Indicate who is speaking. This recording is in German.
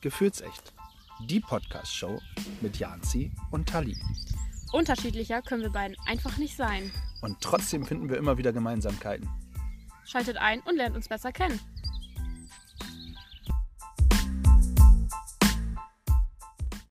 Speaker 1: Gefühlsecht. Die Podcast-Show mit Janzi und Tali.
Speaker 2: Unterschiedlicher können wir beiden einfach nicht sein.
Speaker 1: Und trotzdem finden wir immer wieder Gemeinsamkeiten.
Speaker 2: Schaltet ein und lernt uns besser kennen.